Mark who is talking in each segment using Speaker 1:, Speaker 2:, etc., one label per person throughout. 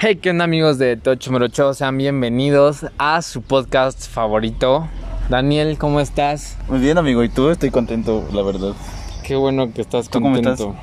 Speaker 1: Hey, ¿qué onda amigos de Tocho Morocho? Sean bienvenidos a su podcast favorito. Daniel, ¿cómo estás?
Speaker 2: Muy bien, amigo, y tú estoy contento, la verdad.
Speaker 1: Qué bueno que estás
Speaker 2: ¿Tú cómo
Speaker 1: contento.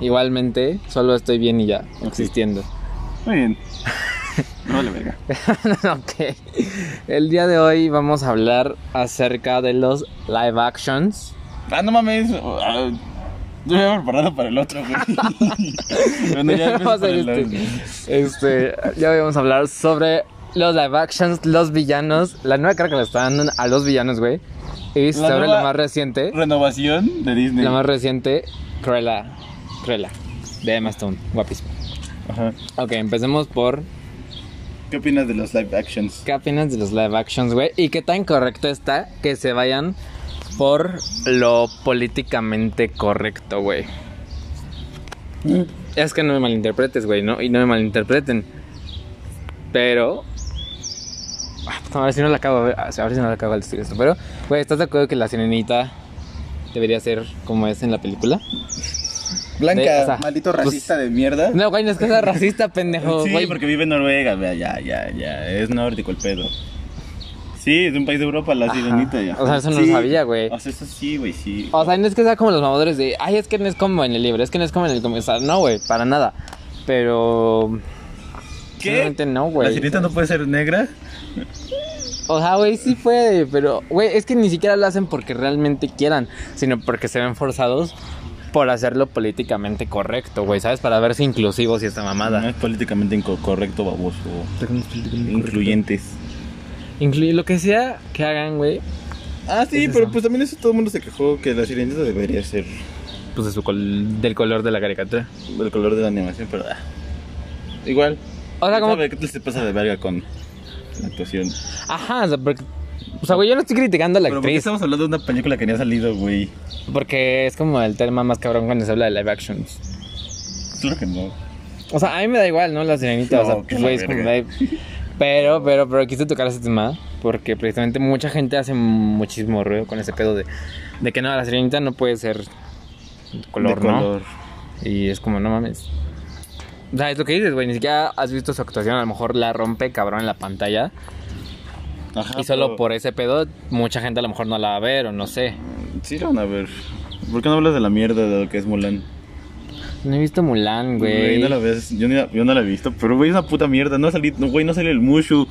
Speaker 1: Igualmente, solo estoy bien y ya, existiendo.
Speaker 2: Muy bien. No le verga.
Speaker 1: ok. El día de hoy vamos a hablar acerca de los live actions.
Speaker 2: Ah, no mames. ah, Yo me había preparado para el otro, güey. Bueno, ya
Speaker 1: Vamos a
Speaker 2: empiezo para
Speaker 1: hacer
Speaker 2: el
Speaker 1: este, este, ya vamos a hablar sobre los live actions, los villanos, la nueva cara que le están dando a los villanos, güey. Y
Speaker 2: La
Speaker 1: sobre
Speaker 2: nueva-
Speaker 1: lo más reciente.
Speaker 2: Renovación de Disney.
Speaker 1: La más reciente, Cruella. Cruella. De Emma Stone. Guapísimo.
Speaker 2: Ajá.
Speaker 1: Ok, empecemos por.
Speaker 2: ¿Qué opinas de los live actions?
Speaker 1: ¿Qué opinas de los live actions, güey? ¿Y qué tan correcto está que se vayan por lo políticamente correcto, güey? Es que no me malinterpretes, güey, ¿no? Y no me malinterpreten. Pero. Ah, puta madre, A ver si no la acabo, a ver, ah, a ver si no la acabo al decir esto. Pero, güey, ¿estás de acuerdo que la sirenita debería ser como es en la película?
Speaker 2: Blanca,
Speaker 1: De- o sea,
Speaker 2: maldito
Speaker 1: pues-
Speaker 2: racista de mierda.
Speaker 1: No, güey, no es que sea racista, pendejo.
Speaker 2: sí,
Speaker 1: güey.
Speaker 2: porque vive en Noruega, vea, ya, ya, ya. Es nórdico el pedo. Sí, es de un país de Europa, la
Speaker 1: Ajá.
Speaker 2: sirenita ya.
Speaker 1: O sea, eso no lo
Speaker 2: Sí.
Speaker 1: sabía, güey.
Speaker 2: O sea, eso sí, güey, sí.
Speaker 1: O sea, no es que sea como los mamadores de, ay, es que no es como en el libro, es que no es como en el cómic". O sea, No, güey, para nada. Pero. Realmente no,
Speaker 2: ¿La
Speaker 1: güey.
Speaker 2: sirenita no puede ser negra?
Speaker 1: O sea, güey, sí puede, pero, güey, es que ni siquiera lo hacen porque realmente quieran, sino porque se ven forzados por hacerlo políticamente correcto, güey, ¿sabes? Para verse inclusivos y esta
Speaker 2: No
Speaker 1: mamada.
Speaker 2: es políticamente incorrecto, baboso. Incluyentes.
Speaker 1: Incluir lo que sea que hagan, güey,
Speaker 2: Ah, sí,
Speaker 1: Es
Speaker 2: pero
Speaker 1: eso.
Speaker 2: pues también eso todo el mundo se quejó que la sirenita debería ser
Speaker 1: pues de su col- del color de la caricatura.
Speaker 2: del color de la animación, pero ah, igual.
Speaker 1: O sea, como
Speaker 2: ¿Sabe qué tal se pasa de verga con la actuación?
Speaker 1: Ajá, o sea, porque- o sea, güey, yo no estoy criticando a la
Speaker 2: Pero ¿por qué
Speaker 1: actriz.
Speaker 2: estamos hablando de una película que ni ha salido, güey?
Speaker 1: Porque es como el tema más cabrón cuando se habla de live actions.
Speaker 2: Claro que no.
Speaker 1: O sea, a mí me da igual, ¿no? La sirenita,
Speaker 2: No,
Speaker 1: o
Speaker 2: que
Speaker 1: sea,
Speaker 2: la
Speaker 1: güey, es como
Speaker 2: verga.
Speaker 1: de- Pero, pero, pero quise tocar ese tema porque precisamente mucha gente hace muchísimo ruido con ese pedo de, de que no, la sirenita no puede ser color,
Speaker 2: De
Speaker 1: ¿no?
Speaker 2: color.
Speaker 1: Y es como, no mames. O sea, es lo que dices, güey, ni siquiera has visto su actuación, a lo mejor la rompe cabrón en la pantalla
Speaker 2: Ajá,
Speaker 1: y solo
Speaker 2: Ah, pero-
Speaker 1: por ese pedo mucha gente a lo mejor no la va a ver o no sé.
Speaker 2: Sí, la van a ver. ¿Por qué no hablas de la mierda de lo que es Mulan?
Speaker 1: No he visto Mulan, güey.
Speaker 2: no la ves. Yo, ni la- yo no la he visto, pero güey, es una puta mierda. No ha salido, no, güey, no sale el Mushu.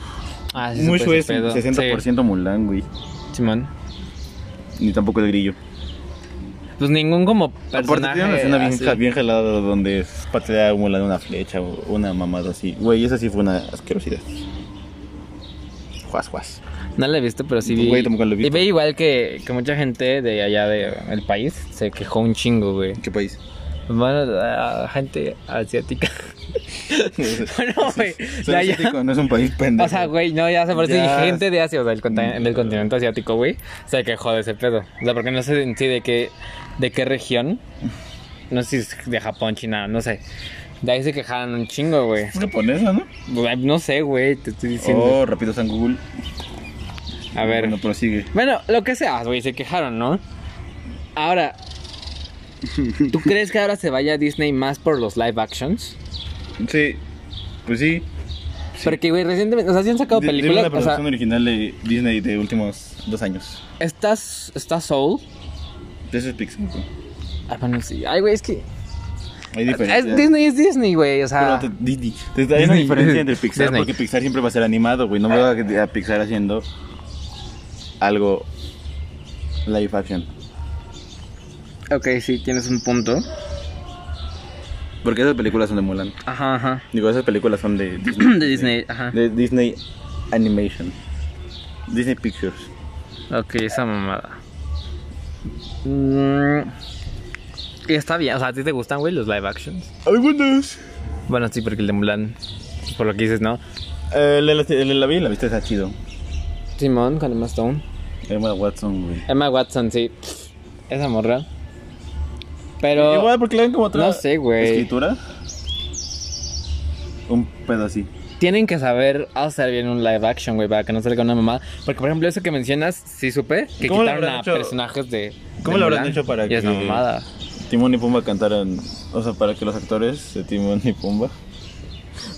Speaker 1: Ah, sí,
Speaker 2: Mushu
Speaker 1: supe
Speaker 2: es
Speaker 1: ese pedo.
Speaker 2: 60% Mulan, güey.
Speaker 1: Sí, Simón.
Speaker 2: Ni tampoco el grillo.
Speaker 1: Pues ningún como
Speaker 2: Aparte
Speaker 1: personaje.
Speaker 2: tiene una escena bien,
Speaker 1: así.
Speaker 2: ja- bien jalada donde es patea como la de una flecha o una mamada así. Güey, esa sí fue una asquerosidad. Juas, juas.
Speaker 1: No la he visto, pero sí vi.
Speaker 2: Güey, tampoco la he visto.
Speaker 1: Y ve igual que, que mucha gente de allá del país se quejó un chingo, güey.
Speaker 2: ¿Qué país?
Speaker 1: Bueno, la gente asiática. Bueno, güey,
Speaker 2: Soy
Speaker 1: de allá-
Speaker 2: asiático, no es un país pendejo.
Speaker 1: O sea, güey, no, ya se por eso
Speaker 2: Ya.
Speaker 1: gente de Asia, o sea, del, contin- del continente asiático, güey, se quejó de ese pedo. O sea, porque no sé en sí de qué, de qué región. No sé si es de Japón, China, no sé. De ahí se quejaron un chingo, güey.
Speaker 2: Es japonesa, ¿no?
Speaker 1: Güey, No sé, güey, te estoy diciendo.
Speaker 2: Oh, rápido San Google.
Speaker 1: A ver.
Speaker 2: Bueno, Ah, prosigue.
Speaker 1: Bueno, lo que sea, güey, se quejaron, ¿no? Ahora, ¿tú crees que ahora se vaya a Disney más por los live actions?
Speaker 2: Sí, pues sí.
Speaker 1: Porque, güey, recientemente, o sea, sí han sacado
Speaker 2: De- de
Speaker 1: películas,
Speaker 2: una
Speaker 1: o sea,
Speaker 2: producción original de Disney de últimos dos años.
Speaker 1: está, está Soul.
Speaker 2: De eso es Pixar. güey.
Speaker 1: Ah, bueno, sí. Ay, güey, es que
Speaker 2: Hay diferencia.
Speaker 1: es, Disney es Disney, güey, o
Speaker 2: Pero
Speaker 1: sea,
Speaker 2: te- Disney. Te- Hay una
Speaker 1: Ah. Disney.
Speaker 2: diferencia entre Pixar
Speaker 1: Disney.
Speaker 2: porque Pixar siempre va a ser animado, güey. No veo a, a Pixar haciendo algo live action.
Speaker 1: ok, sí, tienes un punto.
Speaker 2: Porque esas películas son de Mulan.
Speaker 1: Ajá, ajá.
Speaker 2: Digo, esas películas son de Disney.
Speaker 1: De Disney, ajá.
Speaker 2: De Disney Animation. Disney Pictures.
Speaker 1: Ok, esa mamada. Mm, y está bien, o sea, ¿a ti te gustan, güey, los live actions?
Speaker 2: Algunas.
Speaker 1: Bueno, sí, porque el de Mulan, por lo que dices, ¿no?
Speaker 2: Eh, la, la, la- la vi y la viste, está chido.
Speaker 1: Simón con Emma Stone.
Speaker 2: Emma Watson, güey.
Speaker 1: Emma Watson, sí. Esa morra. Pero.
Speaker 2: Igual, porque le dan como otra
Speaker 1: Oh, No sé, güey.
Speaker 2: escritura. Un pedo así.
Speaker 1: Tienen que saber hacer bien un live action, güey, para que no salga una mamá. Porque, por ejemplo, eso que mencionas, sí supe que
Speaker 2: ¿Cómo lo
Speaker 1: quitaron
Speaker 2: habrán
Speaker 1: a
Speaker 2: hecho?
Speaker 1: personajes de.
Speaker 2: ¿Cómo
Speaker 1: de
Speaker 2: lo habrán
Speaker 1: Mulan.
Speaker 2: hecho para
Speaker 1: y es
Speaker 2: que-
Speaker 1: una mamada.
Speaker 2: Timón y Pumba cantaran, o sea, para que los actores de Timón y Pumba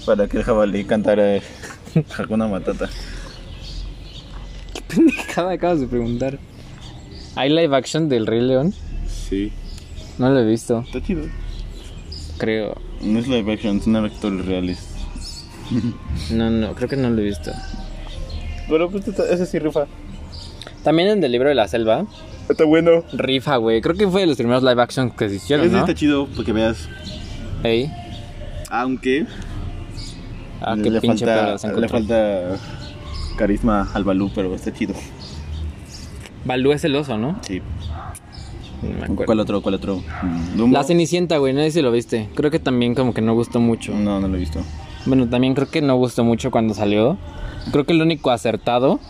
Speaker 2: para que el jabalí cantara eh, Hakuna Matata.
Speaker 1: Qué pendejada acabas de preguntar. ¿Hay live action del Rey León?
Speaker 2: Sí.
Speaker 1: No lo he visto,
Speaker 2: Está chido.
Speaker 1: creo.
Speaker 2: No es live action, son actores reales.
Speaker 1: No, no, creo que no lo he visto.
Speaker 2: Pero pues está- ese sí rifa.
Speaker 1: También en el libro de la selva,
Speaker 2: Está bueno.
Speaker 1: rifa, güey. Creo que fue de los primeros live action que se hicieron,
Speaker 2: Ese
Speaker 1: ¿no?
Speaker 2: está chido porque veas.
Speaker 1: Ey.
Speaker 2: Aunque
Speaker 1: Ah, qué
Speaker 2: le,
Speaker 1: pinche
Speaker 2: falta,
Speaker 1: pedo se
Speaker 2: le
Speaker 1: encontró.
Speaker 2: falta carisma al Balú, pero está chido.
Speaker 1: Balú es el oso, ¿no?
Speaker 2: Sí.
Speaker 1: No me acuerdo.
Speaker 2: ¿Cuál otro? ¿Cuál otro? ¿Dumbo?
Speaker 1: La Cenicienta, güey, nadie se lo viste. Creo que también como que no gustó mucho.
Speaker 2: No, no lo he visto.
Speaker 1: Bueno, también creo que no gustó mucho cuando salió. Creo que el único acertado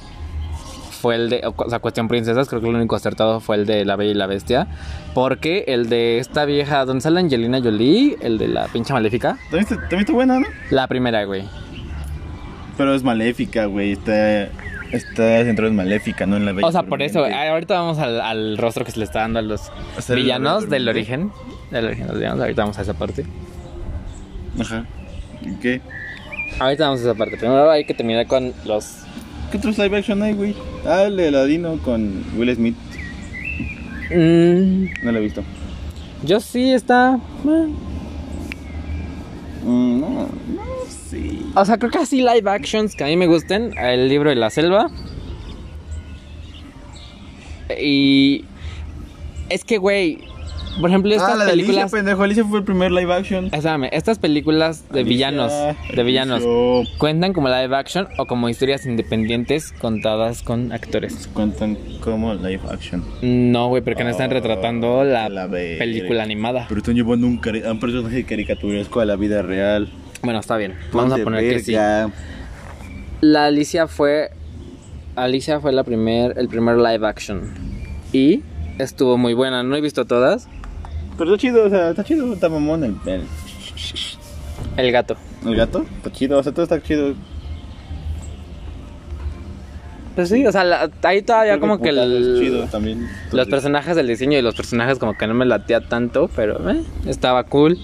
Speaker 1: fue el de, o sea, cuestión princesas, creo que el único acertado fue el de La Bella y la Bestia. Porque el de esta vieja, donde sale Angelina Jolie, el de la pinche maléfica,
Speaker 2: También está, también está buena, ¿no?
Speaker 1: la primera, güey.
Speaker 2: Pero es maléfica, güey. Está, está dentro de maléfica, no en la bella.
Speaker 1: O sea, por eso,
Speaker 2: Durmiente.
Speaker 1: ah, ahorita vamos al, al rostro que se le está dando a los
Speaker 2: O sea, el
Speaker 1: villanos
Speaker 2: Bella
Speaker 1: del
Speaker 2: Durmiente.
Speaker 1: origen. Del origen de los villanos, ahorita vamos a esa parte.
Speaker 2: Ajá. ¿Y ¿Qué?
Speaker 1: Ahorita vamos a esa parte. Primero hay que terminar con los
Speaker 2: ¿Qué otros live action hay, güey? Ah, el de Aladino con Will Smith.
Speaker 1: Mm,
Speaker 2: No lo he visto.
Speaker 1: yo sí está. eh.
Speaker 2: Mm, no, no, sí.
Speaker 1: O sea, creo que así live actions que a mí me gusten. El libro de la selva. Y. Es que, güey. Por ejemplo, estas
Speaker 2: ah, la de Alicia,
Speaker 1: películas.
Speaker 2: pendejo. Alicia fue el primer live action.
Speaker 1: Espérame, estas películas de
Speaker 2: Alicia,
Speaker 1: villanos. De villanos.
Speaker 2: Alicia.
Speaker 1: ¿Cuentan como live action o como historias independientes contadas con actores?
Speaker 2: Pues, Cuentan como live action.
Speaker 1: No, güey, porque no están
Speaker 2: Oh,
Speaker 1: retratando la,
Speaker 2: la verga.
Speaker 1: película animada.
Speaker 2: Pero están llevando un, cari- a un personaje caricaturesco a la vida real.
Speaker 1: Bueno, está bien. Vamos a
Speaker 2: Ponte
Speaker 1: poner que sí.
Speaker 2: verga.
Speaker 1: La Alicia fue. Alicia fue la primer, el primer live action. Y estuvo muy buena. No he visto todas.
Speaker 2: Pero está chido, o sea, está chido, está mamón el, el,
Speaker 1: El gato.
Speaker 2: el gato. Está chido, o sea, todo está chido.
Speaker 1: Pues sí, o sea, la- ahí todavía
Speaker 2: Creo
Speaker 1: Ah, como que
Speaker 2: Putas
Speaker 1: el-
Speaker 2: es chido también.
Speaker 1: los
Speaker 2: Entonces,
Speaker 1: personajes del diseño y los personajes como que no me latía tanto, pero eh, estaba cool.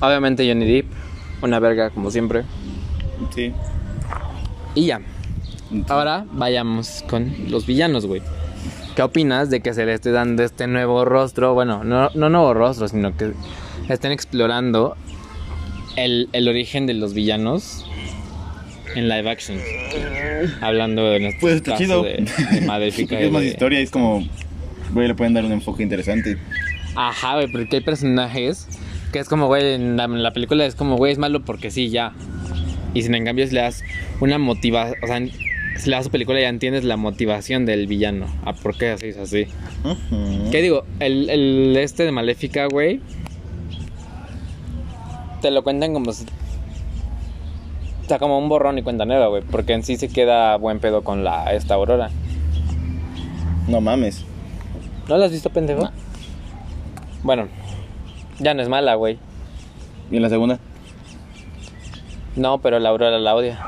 Speaker 1: Obviamente Johnny Depp, una verga como siempre.
Speaker 2: Sí.
Speaker 1: Y ya. Ahora vayamos con los villanos, güey. ¿Qué opinas de que se le esté dando este nuevo rostro? Bueno, no, no nuevo rostro, sino que estén explorando el, el origen de los villanos en live action. Hablando en este
Speaker 2: Pues está
Speaker 1: caso
Speaker 2: chido.
Speaker 1: de, de Maléfica
Speaker 2: Porque
Speaker 1: y
Speaker 2: es más
Speaker 1: de-
Speaker 2: historia, es como. Güey, le pueden dar un enfoque interesante.
Speaker 1: Ajá, güey, porque hay personajes que es como, güey, en la, en la película es como, güey, es malo porque sí, ya. Y sin en cambio, si le das una motivación, o sea, en- si le das su película ya entiendes la motivación del villano, a por qué así es así.
Speaker 2: Ujú.
Speaker 1: ¿Qué digo? El, el este de Maléfica, güey, te lo cuentan como si... O sea, como un borrón y cuenta nueva, güey, porque en sí se queda buen pedo con la esta Aurora.
Speaker 2: No mames.
Speaker 1: ¿No la has visto, pendejo?
Speaker 2: No.
Speaker 1: Bueno, ya no es mala, güey.
Speaker 2: ¿Y en la segunda?
Speaker 1: No, pero la Aurora la odia.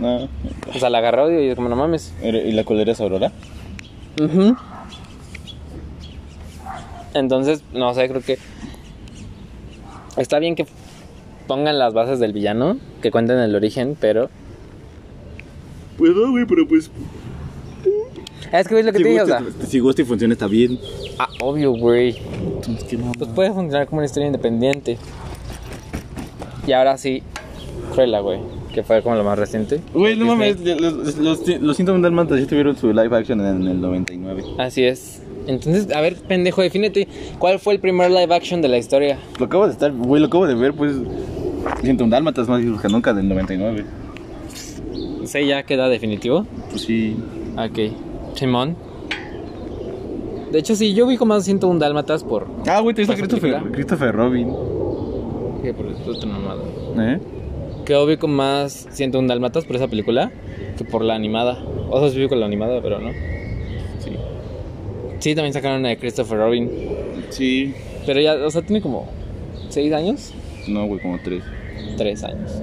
Speaker 2: No.
Speaker 1: O sea, la agarró y es como, no mames.
Speaker 2: ¿Y la colera es Aurora?
Speaker 1: Entonces, no sé, creo que está bien que pongan las bases del villano, que cuenten el origen, pero...
Speaker 2: Pues no, güey, pero pues.
Speaker 1: Es que, güey, lo que te dije, o sea...
Speaker 2: si gusta y funciona, está bien.
Speaker 1: Ah, obvio, güey.
Speaker 2: Entonces, ¿qué
Speaker 1: Pues
Speaker 2: mamá?
Speaker 1: puede funcionar como una historia independiente. Y ahora sí, Cruella, güey, que fue como lo más reciente.
Speaker 2: Güey, no
Speaker 1: Disney.
Speaker 2: mames, los, los, los síntomas del manta ya tuvieron su live action en el 99.
Speaker 1: Así es. Entonces, a ver, pendejo, defínete. ¿Cuál fue el primer live action de la historia?
Speaker 2: Lo acabo de estar, güey, lo acabo de ver, pues. Siento un dálmatas más que nunca del 99.
Speaker 1: ¿Sí ya queda definitivo?
Speaker 2: Pues sí.
Speaker 1: Ah, Ok. Simón. De hecho, sí, yo vi como 101 dálmatas por.
Speaker 2: Ah, güey, te hizo
Speaker 1: ¿Pasa
Speaker 2: Christopher,
Speaker 1: película?
Speaker 2: Christopher Robin.
Speaker 1: ¿Qué? Por otra mamada.
Speaker 2: ¿Eh?
Speaker 1: Que yo vi con más 101 dálmatas por esa película que por la animada. O sea, sí vi con la animada, pero no.
Speaker 2: Sí.
Speaker 1: Sí, también sacaron una de Christopher Robin.
Speaker 2: Sí.
Speaker 1: Pero ya, o sea, tiene como 6 años.
Speaker 2: No, güey, como tres.
Speaker 1: 3 años.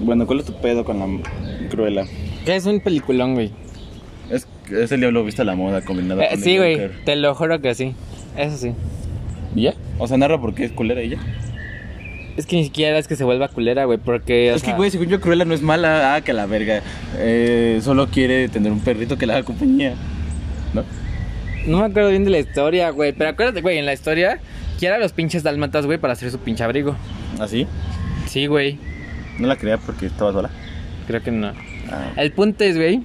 Speaker 2: Bueno, ¿cuál es tu pedo con la cruela?
Speaker 1: Que es un peliculón, güey.
Speaker 2: Es, es el diablo vista a la moda combinado
Speaker 1: Eh,
Speaker 2: con el
Speaker 1: sí, güey.
Speaker 2: Joker.
Speaker 1: Te lo juro que sí. Eso sí.
Speaker 2: ¿Y ya? O sea, narra por qué es culera ella.
Speaker 1: Es que ni siquiera es que se vuelva culera, güey, porque. o
Speaker 2: es que,
Speaker 1: sea,
Speaker 2: güey, según yo, Cruella no es mala. Ah, que la verga. Eh, solo quiere tener un perrito que le haga compañía. ¿No?
Speaker 1: No me acuerdo bien de la historia, güey. Pero acuérdate, güey, en la historia, quiera los pinches dálmatas, güey, para hacer su pinche abrigo.
Speaker 2: ¿Así?
Speaker 1: Sí, güey.
Speaker 2: No la creía porque estaba sola.
Speaker 1: Creo que no.
Speaker 2: Ah,
Speaker 1: El punto es, güey,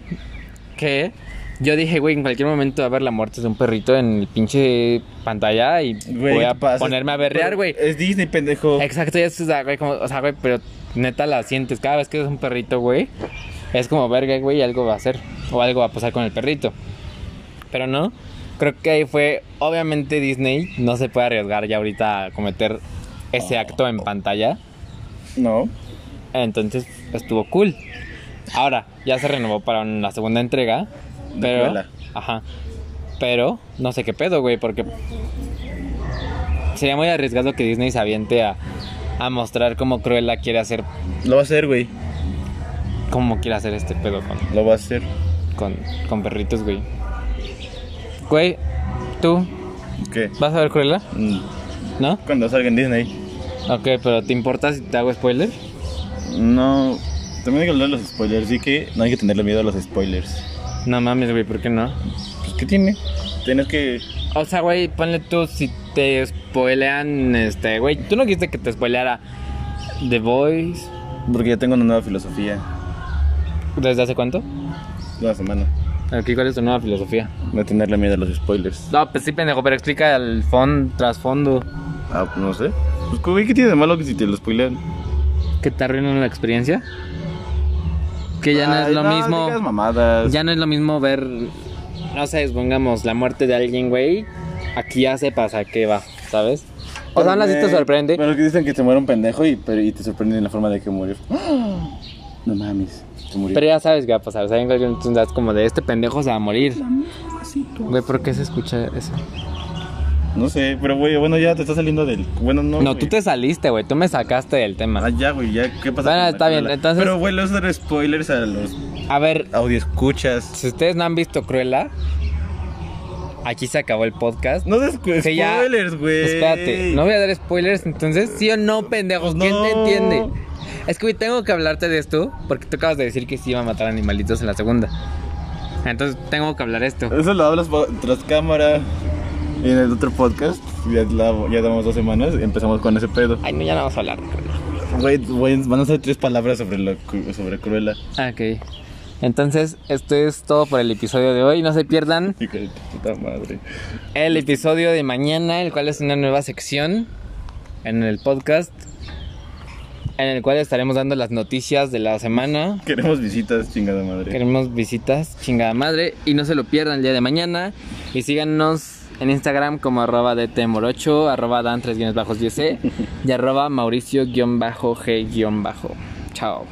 Speaker 1: que yo dije, güey, en cualquier momento va a haber la muerte de un perrito en el pinche pantalla y
Speaker 2: güey,
Speaker 1: voy a
Speaker 2: ¿qué pasa?
Speaker 1: ponerme a berrear,
Speaker 2: Pero
Speaker 1: güey.
Speaker 2: Es Disney, pendejo.
Speaker 1: Exacto, ya es, o sea, güey, como- o sea, güey, pero neta la sientes. Cada vez que es un perrito, güey, es como verga, güey, algo va a hacer. O algo va a pasar con el perrito. Pero no, creo que ahí fue. Obviamente Disney no se puede arriesgar ya ahorita a cometer ese acto en pantalla.
Speaker 2: No.
Speaker 1: Entonces estuvo cool. Ahora, ya se renovó para la segunda entrega.
Speaker 2: De
Speaker 1: Pero.
Speaker 2: Cruella.
Speaker 1: Ajá. Pero, no sé qué pedo, güey, porque. Sería muy arriesgado que Disney se aviente a, a mostrar cómo Cruella quiere hacer.
Speaker 2: Lo va a hacer, güey.
Speaker 1: Cómo quiere hacer este pedo con,
Speaker 2: Lo va a hacer.
Speaker 1: con, con perritos, güey. Güey, tú,
Speaker 2: ¿Qué?
Speaker 1: ¿vas a ver Cruella?
Speaker 2: Mm,
Speaker 1: ¿No?
Speaker 2: Cuando salga en Disney.
Speaker 1: Ok, pero ¿te importa si te hago spoiler?
Speaker 2: No. También hay que hablar de los spoilers. Sí que no hay que tenerle miedo a los spoilers.
Speaker 1: No mames, güey, ¿por qué no?
Speaker 2: Pues, ¿qué tiene? Tienes que.
Speaker 1: O sea, güey, ponle tú si te spoilean, este, güey, tú no quisiste que te spoileara The Voice
Speaker 2: Porque yo tengo una nueva filosofía.
Speaker 1: desde hace cuánto?
Speaker 2: Una semana.
Speaker 1: Aquí, ¿cuál es tu nueva filosofía?
Speaker 2: No tenerle miedo a los spoilers.
Speaker 1: No, pues sí, pendejo, pero explica el fondo, trasfondo,
Speaker 2: Ah, no sé. Pues, güey, ¿qué tiene de malo que si te lo spoilean?
Speaker 1: que te arruinan la experiencia. Que ya no es
Speaker 2: Ay,
Speaker 1: lo mismo.
Speaker 2: digas mamadas.
Speaker 1: Ya no es lo mismo ver, no sé, supongamos, la muerte de alguien, güey. Aquí ya se pasa que va, ¿sabes? O sea, aún así te
Speaker 2: Güey,
Speaker 1: sorprende.
Speaker 2: Pero que dicen que se muere un pendejo y, pero- y te sorprende en la forma de que murió. ¡Ah! No mames, se murió.
Speaker 1: Pero ya sabes qué va a pasar, o sea, en cualquier momento estás como de este pendejo se va a morir. Güey, ¿por qué se escucha eso?
Speaker 2: No sé, pero güey, bueno, ya te está saliendo del. Bueno, no.
Speaker 1: No,
Speaker 2: güey.
Speaker 1: tú te saliste, güey, tú me sacaste del
Speaker 2: Ah,
Speaker 1: tema.
Speaker 2: ya, güey, ya, ¿qué pasa?
Speaker 1: Bueno,
Speaker 2: con
Speaker 1: está bien,
Speaker 2: Manuela?
Speaker 1: entonces-
Speaker 2: Pero, güey, le vas a dar spoilers a los
Speaker 1: A ver,
Speaker 2: audioscuchas.
Speaker 1: si ustedes no han visto Cruella, aquí se acabó el podcast.
Speaker 2: No des
Speaker 1: Que ya-
Speaker 2: spoilers, güey.
Speaker 1: Espérate, no voy a dar spoilers, entonces, ¿sí o no, pendejos?
Speaker 2: Pues
Speaker 1: ¿Quién te
Speaker 2: no.
Speaker 1: entiende? Es que güey, tengo que hablarte de esto, porque tú acabas de decir que sí iba a matar animalitos en la segunda. Entonces, tengo que hablar esto.
Speaker 2: Eso lo hablas pa- tras cámara. Y en el otro podcast, ya, la- ya damos dos semanas, empezamos con ese pedo.
Speaker 1: Ay, no, ya no vamos a hablar de Cruella.
Speaker 2: Güey, güey, van a ser tres palabras sobre, lo, cru- sobre Cruella.
Speaker 1: Ah, Ok. Entonces, esto es todo por el episodio de hoy. No se pierdan
Speaker 2: Hijo de tu puta madre.
Speaker 1: el episodio de mañana, el cual es una nueva sección en el podcast, en el cual estaremos dando las noticias de la semana.
Speaker 2: Queremos visitas, chingada madre.
Speaker 1: Queremos visitas, chingada madre. Y no se lo pierdan el día de mañana. Y síganos en Instagram como arroba dtmorocho, arroba e, dan 3 10 y arroba mauricio-g-. Chao.